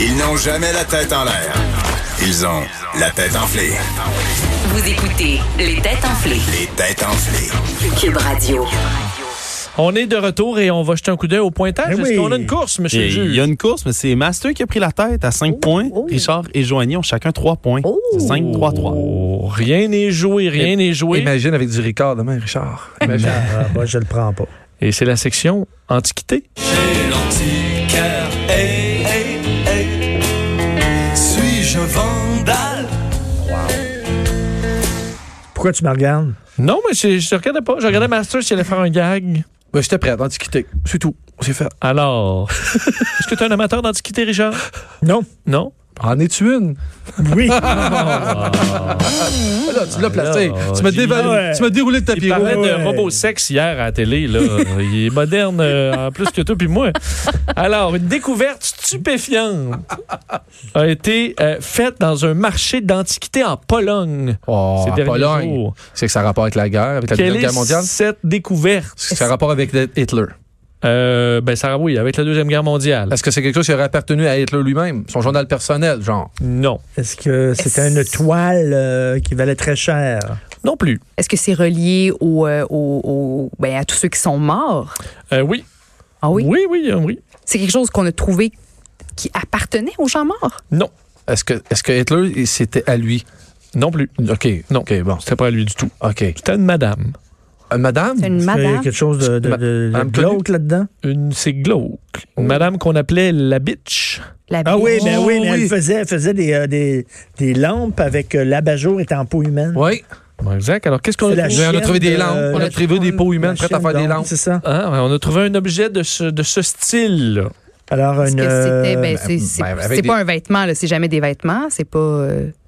Ils n'ont jamais la tête en l'air. Ils ont la tête enflée. Vous écoutez Les têtes enflées. Les têtes enflées. Cube Radio. On est de retour et on va jeter un coup d'œil au pointage. Eh Est-ce oui. qu'on a une course, monsieur le Il y a- il y a juge? Oh, une course, mais c'est Master qui a pris la tête à 5 points. Richard et Joanie ont chacun 3 points. 5-3-3. Oh, rien n'est joué, rien n'est joué. Eh, Imagine avec du Ricard demain, Richard. Imagine. ah, bah, je le prends pas. Et c'est la section Antiquité. l'antiquaire. Hey, hey, hey. Suis-je un vandale? Pourquoi tu me regardes? Non, mais je, je te regardais pas. Je regardais Master s'il allait faire un gag. Ben, J'étais prêt à l'Antiquité. C'est tout. C'est fait. Alors, est-ce que tu es un amateur d'Antiquité, Richard? Non. Non? En es-tu une? Oui. Là, Ah, tu l'as placé. là, Tu m'as j'ai- dévalé- Ouais. tu m'as déroulé le Il tapis parlait rouge. de robot sexe hier à la télé. Là. Il est moderne euh, en plus que toi puis moi. Alors, une découverte stupéfiante a été euh, faite dans un marché d'antiquités en Pologne. Oh, Ces en derniers Pologne. jours. C'est que ça a rapport avec la guerre, avec la Quelle Deuxième est Guerre mondiale. cette découverte? C'est que ça a rapport avec Hitler. Euh, ben, ça, oui, avec la Deuxième Guerre mondiale. Est-ce que c'est quelque chose qui aurait appartenu à Hitler lui-même? Son journal personnel, genre. Non. Est-ce que c'était une toile euh, qui valait très cher? Non plus. Est-ce que c'est relié au, euh, au- au- ben, à tous ceux qui sont morts? Euh, oui. Ah oui? Oui, oui, euh, oui. C'est quelque chose qu'on a trouvé qui appartenait aux gens morts? Non. Est-ce que, est que Hitler, il- c'était à lui? Non plus. OK. Non. OK, bon. C'était pas à lui du tout. OK. C'était une madame. Euh, madame? C'est une Est-ce qu'il y a madame? quelque chose de, de, de- de Madame glauque là-dedans? Une, c'est glauque. Une madame qu'on appelait la bitch. La Ah oui, biche. ben oui, mais Oh oui. elle faisait, elle faisait des, euh, des, des lampes avec euh, l'abat-jour et en peau humaine. Oui. Ouais, exact. Alors, qu'est-ce qu'on a C'est la trouvé? on a chienne trouvé des de- lampes. On a la trouvé des peaux humaines la prêtes à chienne faire des d'oncle, lampes. C'est ça. Hein? Ouais, On a trouvé un objet de ce, de ce style. Alors, Est-ce une. que c'était, ben, euh, c'est, c'est- ben, avec c'est des- pas un vêtement, là, c'est jamais des vêtements, c'est pas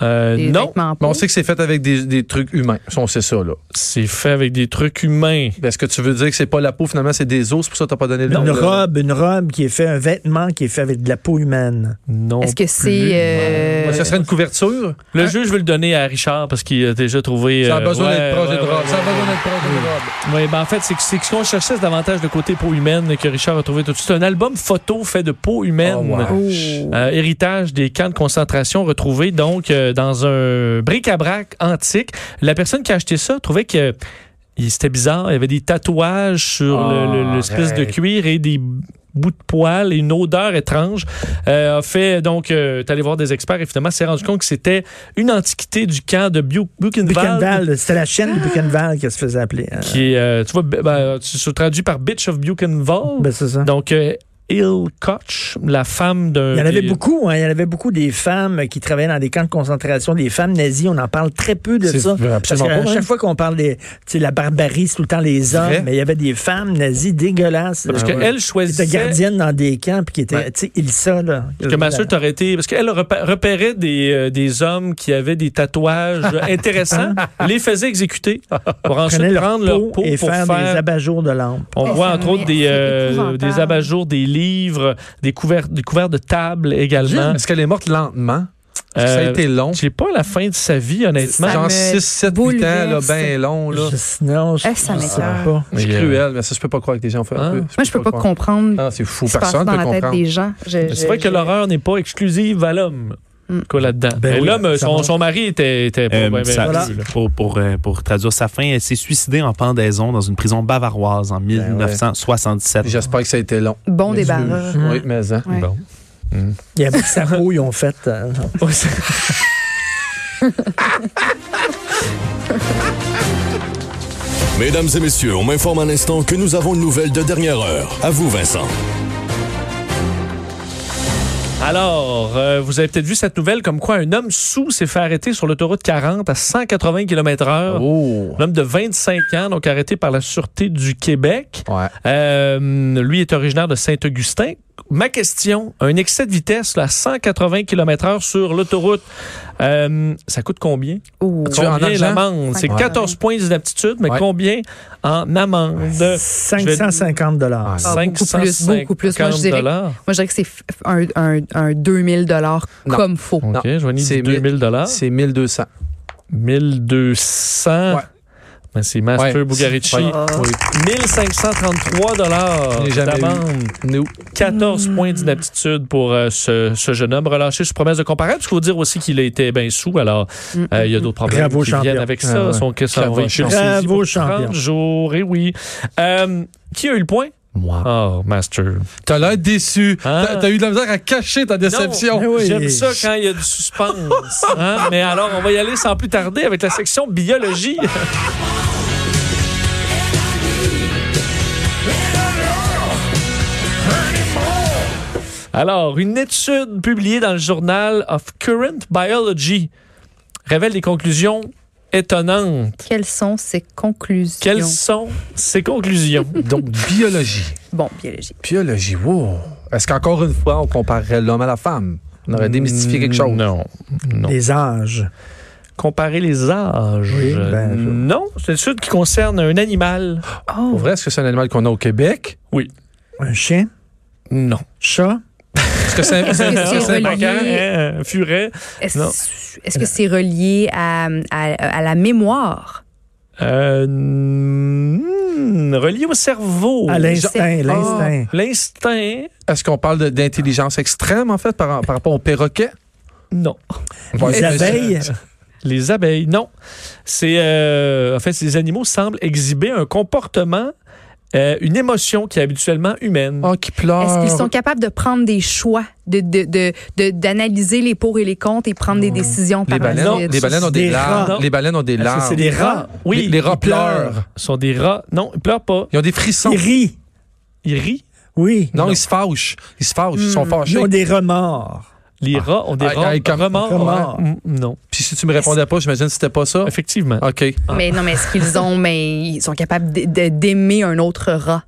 euh, des non, vêtements en Mais on peau. sait que c'est fait avec des, des trucs humains. Ça, on sait ça, là. c'est fait avec des trucs humains. Ben, Est-ce que tu veux dire que c'est pas la peau, finalement, c'est des os, c'est pour ça que t'as pas donné le nom? une là? robe, une robe qui est faite, un vêtement qui est fait avec de la peau humaine. Non. Est-ce que plus. c'est... euh, Ouais, Ce serait une couverture? Ah, Le juge veut le donner à Richard parce qu'il a déjà trouvé. Ça a euh, besoin ouais, d'être proche ouais, d'une ouais, robe. Ça a besoin d'être proche d'une robe. Oui, ben en fait, c'est que- c'est que ce qu'on cherchait, c'est davantage le côté peau humaine que Richard a trouvé tout de suite. C'est un album photo fait de peau humaine. Oh, wow. Euh, héritage des camps de concentration retrouvés donc euh, dans un bric-à-brac antique. La personne qui a acheté ça trouvait que il- c'était bizarre. Il y avait des tatouages sur le- Ah, le- l'espèce de cuir et des bouts de poils et une odeur étrange. Euh, a fait donc, euh, t'es allé voir des experts et finalement s'est rendu compte que c'était une antiquité du camp de Bu- Buchenwald. Buchenwald, c'était la chaîne de Buchenwald qu'elle se faisait appeler. Euh, Qui est, euh, tu vois, b- ben, tu- c'est traduit par Bitch of Buchenwald. ben, c'est ça. Donc, euh, Il Koch, la femme d'un. Il y en avait des- beaucoup, hein, il y en avait beaucoup des femmes qui travaillaient dans des camps de concentration, des femmes nazies, on en parle très peu de C'est ça. vrai, Parce absolument qu'à pas, hein. chaque fois qu'on parle de la barbarie, c'est tout le temps les hommes, Vrai. mais il y avait des femmes nazies dégueulasses. Parce euh, qu'elle qui étaient choisissait. gardiennes dans des camps, puis qui étaient, tu sais, Ilsa, là. euh, Parce que ma sœur t'aurait été. Parce qu'elle repé- repérait des, euh, des hommes qui avaient des tatouages intéressants, les faisait exécuter pour ensuite Prenaient leur prendre leur peau et pour faire, faire. des abat-jours de lampe. On Oh, voit ça entre m'est- autres des, c'est euh, épouvantable. des abat-jours, des livres, des couverts, des couverts de table également. Est-ce qu'elle est morte lentement? Est-ce que ça a Euh, été long? Je sais pas la fin de sa vie, honnêtement. Ça Genre me 6, 7, 8 ans, là, bouleverse. ben long, là. Je- non, je, Eh, ça je sais m'écoeure. pas. C'est Mais, euh, cruel, mais ça, je peux pas croire que les gens font Hein? Moi, je peux pas comprendre Ah, c'est fou. ce qui se passe Personne dans peut la tête comprendre. des gens. Je- C'est je- vrai que je- l'horreur n'est pas exclusive à l'homme. Mm. Quoi là-dedans? Ben Mais oui, L'homme, ça son, montre. son mari était, était pas Euh, bien, bien ça- vu, voilà. là. Pour, pour, euh, pour traduire sa fin, elle s'est suicidée en pendaison dans une prison bavaroise en Ben 1967. J'espère que ça a été long. Bon Mais débarras. tu- Oui, mais hein. Ouais. Bon. Il y avait sa peau, ils ont fait. euh, non. Mesdames et messieurs, on m'informe un instant que nous avons une nouvelle de dernière heure. À vous, Vincent. Alors, euh, vous avez peut-être vu cette nouvelle comme quoi un homme sous s'est fait arrêter sur l'autoroute 40 à 180 km/h. Oh. Un homme de 25 ans, donc arrêté par la Sûreté du Québec. Ouais. Euh, lui est originaire de Saint-Augustin. Ma question, un excès de vitesse là, à 180 km/h sur l'autoroute, euh, ça coûte combien? Ouh. Tu veux en Combien argent? l'amende? C'est Ouais. 14 points d'inaptitude, mais Ouais. combien en amende? 550 dollars. Ah, beaucoup plus, beaucoup plus. Moi, je dirais- dollars. Moi, je dirais que c'est f- un, un, un 2000 Non. comme faux. OK, Non, je vais c'est dire 2000 dollars. C'est 1200. 1200 Ouais. Ben, c'est Master Ouais. Bugarici. Ouais. Oui. 1533 dollars Je l'ai jamais d'amende. Nous. 14 points d'inaptitude pour euh, ce, ce jeune homme relâché sous promesse de comparaître. Parce qu'il faut dire aussi qu'il a été ben sous, alors euh, il y a d'autres problèmes Bravo, qui champion. viennent avec ça. Ah ouais. Son, son Bravo, véhicule champion. saisi pour Bravo, champion. 30 jours, et oui. Euh, qui a eu le point? Moi. Oh, Master. T'as l'air déçu. Hein? T'as- T'as eu de la misère à cacher ta déception. mais oui. J'aime ça quand il y a du suspense. hein. Mais alors, on va y aller sans plus tarder avec la section biologie. Alors, une étude publiée dans le journal of Current Biology révèle des conclusions étonnantes. Quelles sont ses conclusions? Quelles sont ses conclusions? Donc, biologie. Bon, biologie. Biologie, wow. Est-ce qu'encore une fois, on comparerait l'homme à la femme? On aurait démystifié Hmm, quelque chose. Non. non. Les âges. Comparer les âges. Oui, ben, ça. non, c'est une étude qui concerne un animal. Pour vrai, est-ce que c'est un animal qu'on a au Québec? Un chien, Non. chat, Est-ce que c'est Est-ce que c'est Macan, relié, hein, un furet. est-ce- Non. est-ce que c'est relié à, à- à la mémoire? Euh, hmm, relié au cerveau. à l'instinct, sais. l'instinct. L'instinct, est-ce qu'on parle de- d'intelligence extrême, en fait, par, par rapport au perroquet? non. Ouais, Les c'est- abeilles, Les abeilles, non. C'est, euh, en fait, ces animaux semblent exhiber un comportement, euh, une émotion qui est habituellement humaine. Oh, qui pleure. Est-ce qu'ils sont capables de prendre des choix, d'analyser de, de, d'analyser les pour et les contre et prendre des décisions les par baleines, Non, la suite? les baleines ont des, des larmes. rats. Les baleines ont des Est-ce que larmes. c'est des rats? Ah, Oui, Les, les rats ils pleurent. pleurent. Ce sont des rats. Non, ils pleurent pas. Ils ont des frissons. ils rient. Ils rient. Oui. Non, ils se fâchent. Ils se fâchent. Ils sont Ils fâchés. ont des remords. Les rats ont des Ah, ah, rats, comme- remords. remords. Mm, Non, Puis si tu me répondais pas, j'imagine que c'était pas ça. effectivement. OK. Mais non, mais est-ce qu'ils ont, mais ils sont capables d- de- d'aimer un autre rat?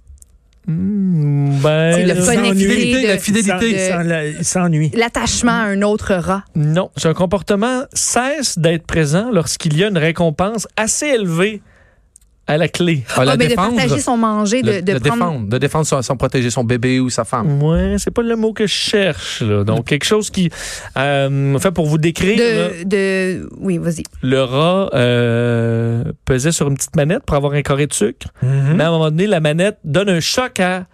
Mm, ben, C'est le euh, connecter fidélité, de- la fidélité. Ils s'en- Ils s'ennuient. L'attachement à un autre rat. Non, ce comportement cesse d'être présent lorsqu'il y a une récompense assez élevée à la clé. Ah, la Ah, mais de défendre. partager son manger, de, le, de le prendre. défendre, de défendre son, son protéger son bébé ou sa femme. Ouais, c'est pas le mot que je cherche. Là. Donc, quelque chose qui... Euh, enfin, pour vous décrire, là, De, de- oui, vas-y. le rat euh, pesait sur une petite manette pour avoir un carré de sucre. Hein? Mais à un moment donné, la manette donne un choc à...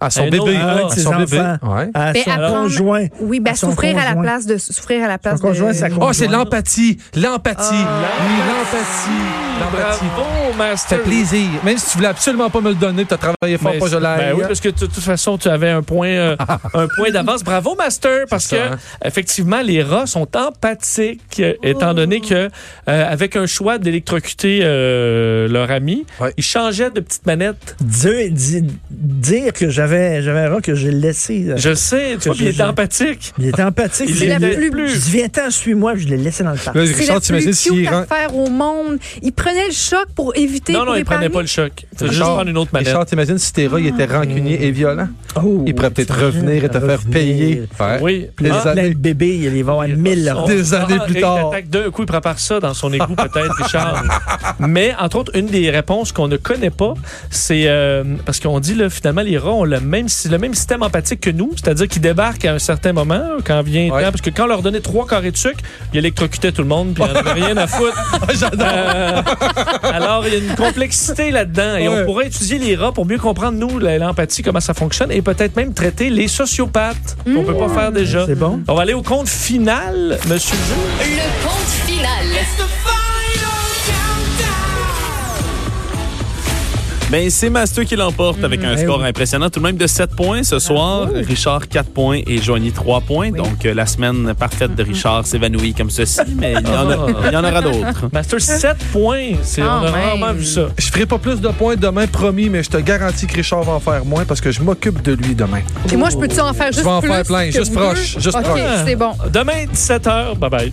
À son Un bébé. autre rat. à son Ses bébé. enfants. Ouais. À Mais son apprendre- conjoint. Oui, ben, À son souffrir à la conjoint. place de souffrir à la place conjoint, de. ça Ah, compte. Oh, c'est l'empathie. L'empathie. Oui, l'empathie. L'empathie. Bravo, Ça Master. fait plaisir. Même si tu voulais absolument pas me le donner, tu as travaillé fort, Ben, pas je ben l'ai. oui, parce que de toute façon, tu avais un point, euh, un point d'avance. Bravo, Master, parce C'est ça, que hein. effectivement, les rats sont empathiques, euh, étant donné que euh, avec un choix d'électrocuter euh, leur ami, Ouais. ils changeaient de petite manette. Dire, di- dire que j'avais j'avais un rat que j'ai laissé. là. Je le sais, tu Que vois, puis il je- était empathique. Il était empathique. Il je est l'ai- la plus- Je dis, viens-t'en, suis-moi, puis je l'ai laissé dans le parc. Là, C'est la Richard, t'imagines plus s'il cute rend- affaire au monde. Il prenait le choc pour éviter. Non, non, pour il prenait épargner. pas le choc. Il fallait juste Richard, prendre une autre manette. Ah. Richard, t'imagines si tes rats ils étaient rancuniers et violents? Oh, Ils pourraient peut-être revenir et te faire revenir. payer. Ouais. Oui. Puis les Ah, années- Plein de bébés, il va y avoir mille rats. Des années plus et il tard. attaque d'un coup, il prépare ça dans son égout, peut-être, Richard. Mais, entre autres, une des réponses qu'on ne connaît pas, c'est euh, parce qu'on dit, là, finalement, les rats ont le même, sy- le même système empathique que nous, c'est-à-dire qu'ils débarquent à un certain moment, quand vient le Ouais. temps, parce que quand on leur donnait trois carrés de sucre, ils électrocutaient tout le monde, puis ils n'en avaient rien à foutre. Euh, alors, il y a une complexité là-dedans, et Ouais. on pourrait étudier les rats pour mieux comprendre, nous, la- l'empathie, comment ça fonctionne, et peut-être même traiter les sociopathes, qu'on peut pas faire déjà. C'est bon. On va aller au compte final, monsieur le juge. Le compte final. Ben, c'est Master qui l'emporte avec un Ben Eh score oui. impressionnant, tout de même de 7 points ce Ah, soir. oh. Richard, 4 points et Joanie, 3 points. Donc, euh, la semaine parfaite de Richard s'évanouit comme ceci, mais il y en, a- Ah. il y en aura d'autres. Master, 7 points. C'est, on a Quand même. rarement vu ça. Je ferai pas plus de points demain, promis, mais je te garantis que Richard va en faire moins parce que je m'occupe de lui demain. Puis moi, je peux-tu en faire juste Je vais en plus faire plein, que juste vous proche, deux? juste OK, proche. c'est bon. Demain, 17h. Bye bye.